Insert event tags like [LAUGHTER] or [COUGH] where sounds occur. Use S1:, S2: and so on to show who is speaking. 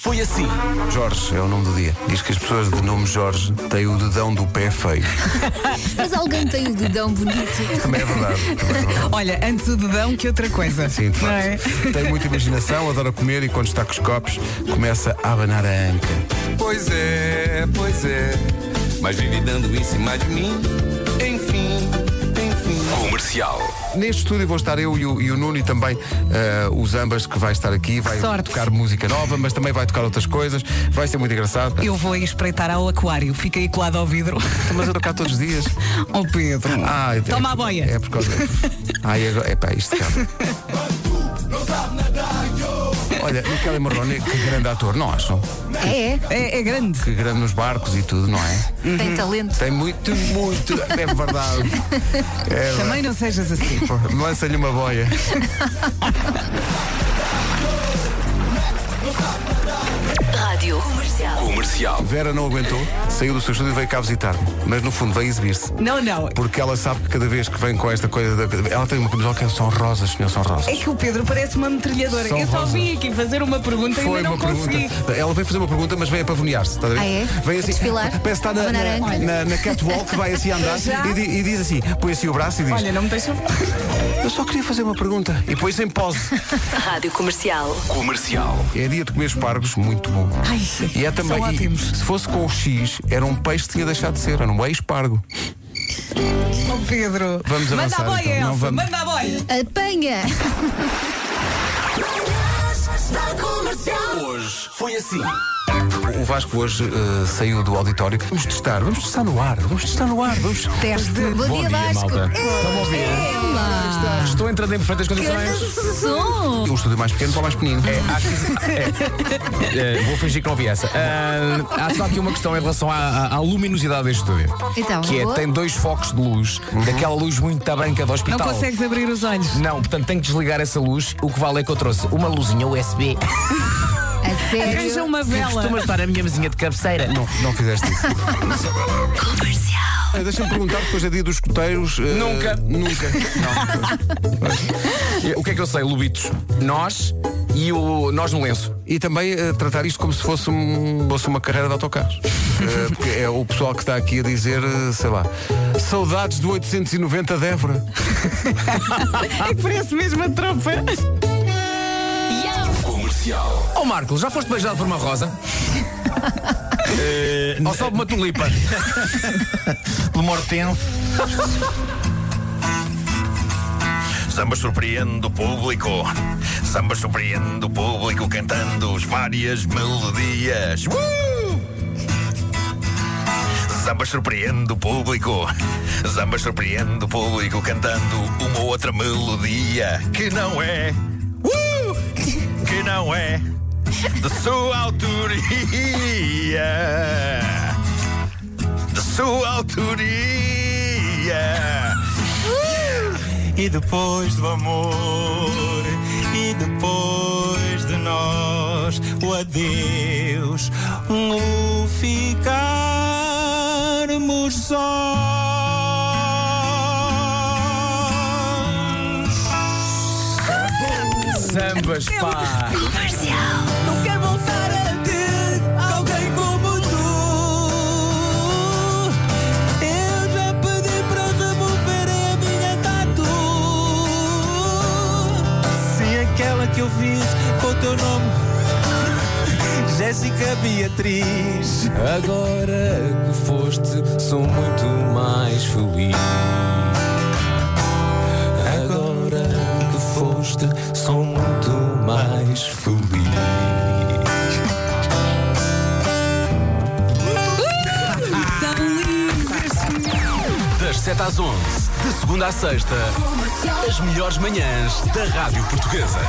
S1: Foi assim.
S2: Jorge é o nome do dia. Diz que as pessoas de nome Jorge têm o dedão do pé feio.
S3: [LAUGHS] Mas alguém tem o dedão bonito.
S2: Também é verdade. Também é verdade.
S4: Olha, antes o dedão que outra coisa.
S2: Sim, de
S4: Não
S2: facto.
S4: é?
S2: Tem muita imaginação, adora comer e quando está com os copos começa a abanar a anca.
S1: Pois é, pois é. Mas vive dando em cima de mim. Enfim, enfim. Comercial.
S2: Neste estúdio vão estar eu e o, e o Nuno e também eh, os ambas que vai estar aqui. Vai
S4: Sorte.
S2: tocar música nova, mas também vai tocar outras coisas. Vai ser muito engraçado.
S4: Eu vou aí espreitar ao aquário. Fica aí colado ao vidro.
S2: Mas eu tocar todos os dias.
S4: [LAUGHS] Oh Pedro.
S2: Ah, é-
S4: Toma a boia.
S2: É por causa. Ai, agora. Epá, [LAUGHS] isto cabe. Olha, Michele Morrone, que grande ator, não acham?
S3: É,
S4: É, é grande.
S2: Que grande nos barcos e tudo, não é?
S3: tem talento.
S2: Tem muito, muito. É verdade. [LAUGHS] É
S4: Também não sejas assim.
S2: verdade. Lança-lhe uma boia.
S5: Rádio Comercial.
S1: Comercial.
S2: Vera não aguentou, saiu do seu estúdio e veio cá visitar-me. Mas no fundo veio exibir-se.
S4: Não, não.
S2: Porque ela sabe que cada vez que vem com esta coisa. da- Ela tem uma camisola que é são rosas, senhor, são rosas.
S4: É que o Pedro parece uma metralhadora.
S2: São
S4: Eu só
S2: rosa.
S4: vim aqui fazer uma pergunta e
S2: Foi
S4: ainda
S2: uma
S4: não consegui.
S2: pergunta. Ela veio fazer uma pergunta, mas veio a pavonear-se. Está a ver?
S3: Ah, é?
S2: Vem
S3: A
S2: assim.
S3: desfilar?
S2: Parece que está na,
S3: A abanar a
S2: na,
S3: anca.
S2: na, na catwalk, vai assim a andar
S4: [LAUGHS] Já?
S2: e, di- e diz assim: põe assim o braço e diz:
S4: Olha, não me deixa.
S2: Eu só queria fazer uma pergunta. E põe-se em pose.
S5: Rádio Comercial.
S1: Comercial.
S2: É dia de comer espargos, muito bom.
S4: Ai,
S2: E é também.
S4: São
S2: e-
S4: ótimos.
S2: se fosse com o X, era um peixe que tinha deixado de ser, era um ex-espargo.
S4: [LAUGHS] Oh Pedro.
S2: Vamos
S4: Manda
S2: avançar,
S4: a boia,
S2: então. Não
S4: Elsa.
S2: vamos-
S4: Manda a boia.
S3: Apanha!
S1: Hoje foi assim.
S2: O Vasco hoje eh, saiu do auditório. Vamos testar, vamos testar no ar, vamos testar no ar, vamos.
S4: Teste.
S3: Bom, dia, Vasco! É,
S2: Estão a ouvir?
S4: Ah.
S2: Estou entrando em perfeitas
S3: Canta
S2: condições.
S3: som!
S2: Um estúdio mais pequeno para o mais pequenino.
S6: É, há
S2: [LAUGHS]
S6: aqui- é, é, vou fingir que não vi essa. Ah, há só aqui uma questão em relação à, à- à luminosidade deste estúdio.
S3: Então,
S6: que é,
S3: boa.
S6: tem dois focos de luz,
S2: Uhum.
S6: daquela luz muito branca do
S4: Não
S6: hospital.
S2: Então.
S4: consegues abrir os olhos.
S6: Não, portanto tenho que desligar essa luz. O que vale é que eu trouxe uma luzinha USB
S3: A sério?
S4: Arranja uma
S6: que [LAUGHS] costuma
S4: vela.
S6: estar na minha mesinha de cabeceira.
S2: Não, não fizeste isso. Eh, Deixa-me perguntar, porque hoje é dia dos escoteiros. eh,
S6: Nunca. [LAUGHS]
S2: Nunca.
S6: O que é que eu sei, Lubitos? Nós e o Nós no Lenço.
S2: E também eh, tratar isto como se fosse, um- fosse uma carreira de autocarros. Eh, porque é o pessoal que está aqui a dizer, eh, sei lá, saudades do 890 de Évora.
S4: É que [LAUGHS] parece mesmo a tropa.
S1: Comercial.
S6: Ó Marcos, Oh, já foste beijado por uma rosa? Ou só por uma tulipa?
S7: pelo Mortense. Samba surpreende o público. Samba surpreende o público cantando as várias melodias. Uh! Samba surpreende o público. Samba surpreende o público cantando uma outra melodia que não é. Uh! Que não é da sua autoria da sua autoria. E depois do amor, e depois de nós, o adeus, o ficarmos sós.
S6: Sambas, pá!
S8: Não quero voltar a ter alguém como tu. Eu já pedi para removerem a minha tatu. Se aquela que eu fiz com o teu nome, Jéssica Beatriz.
S6: Agora que foste, sou muito mais feliz. Agora que foste, sou muito mais feliz.
S1: Das 7 às 11, de segunda à sexta, as melhores manhãs da Rádio Portuguesa.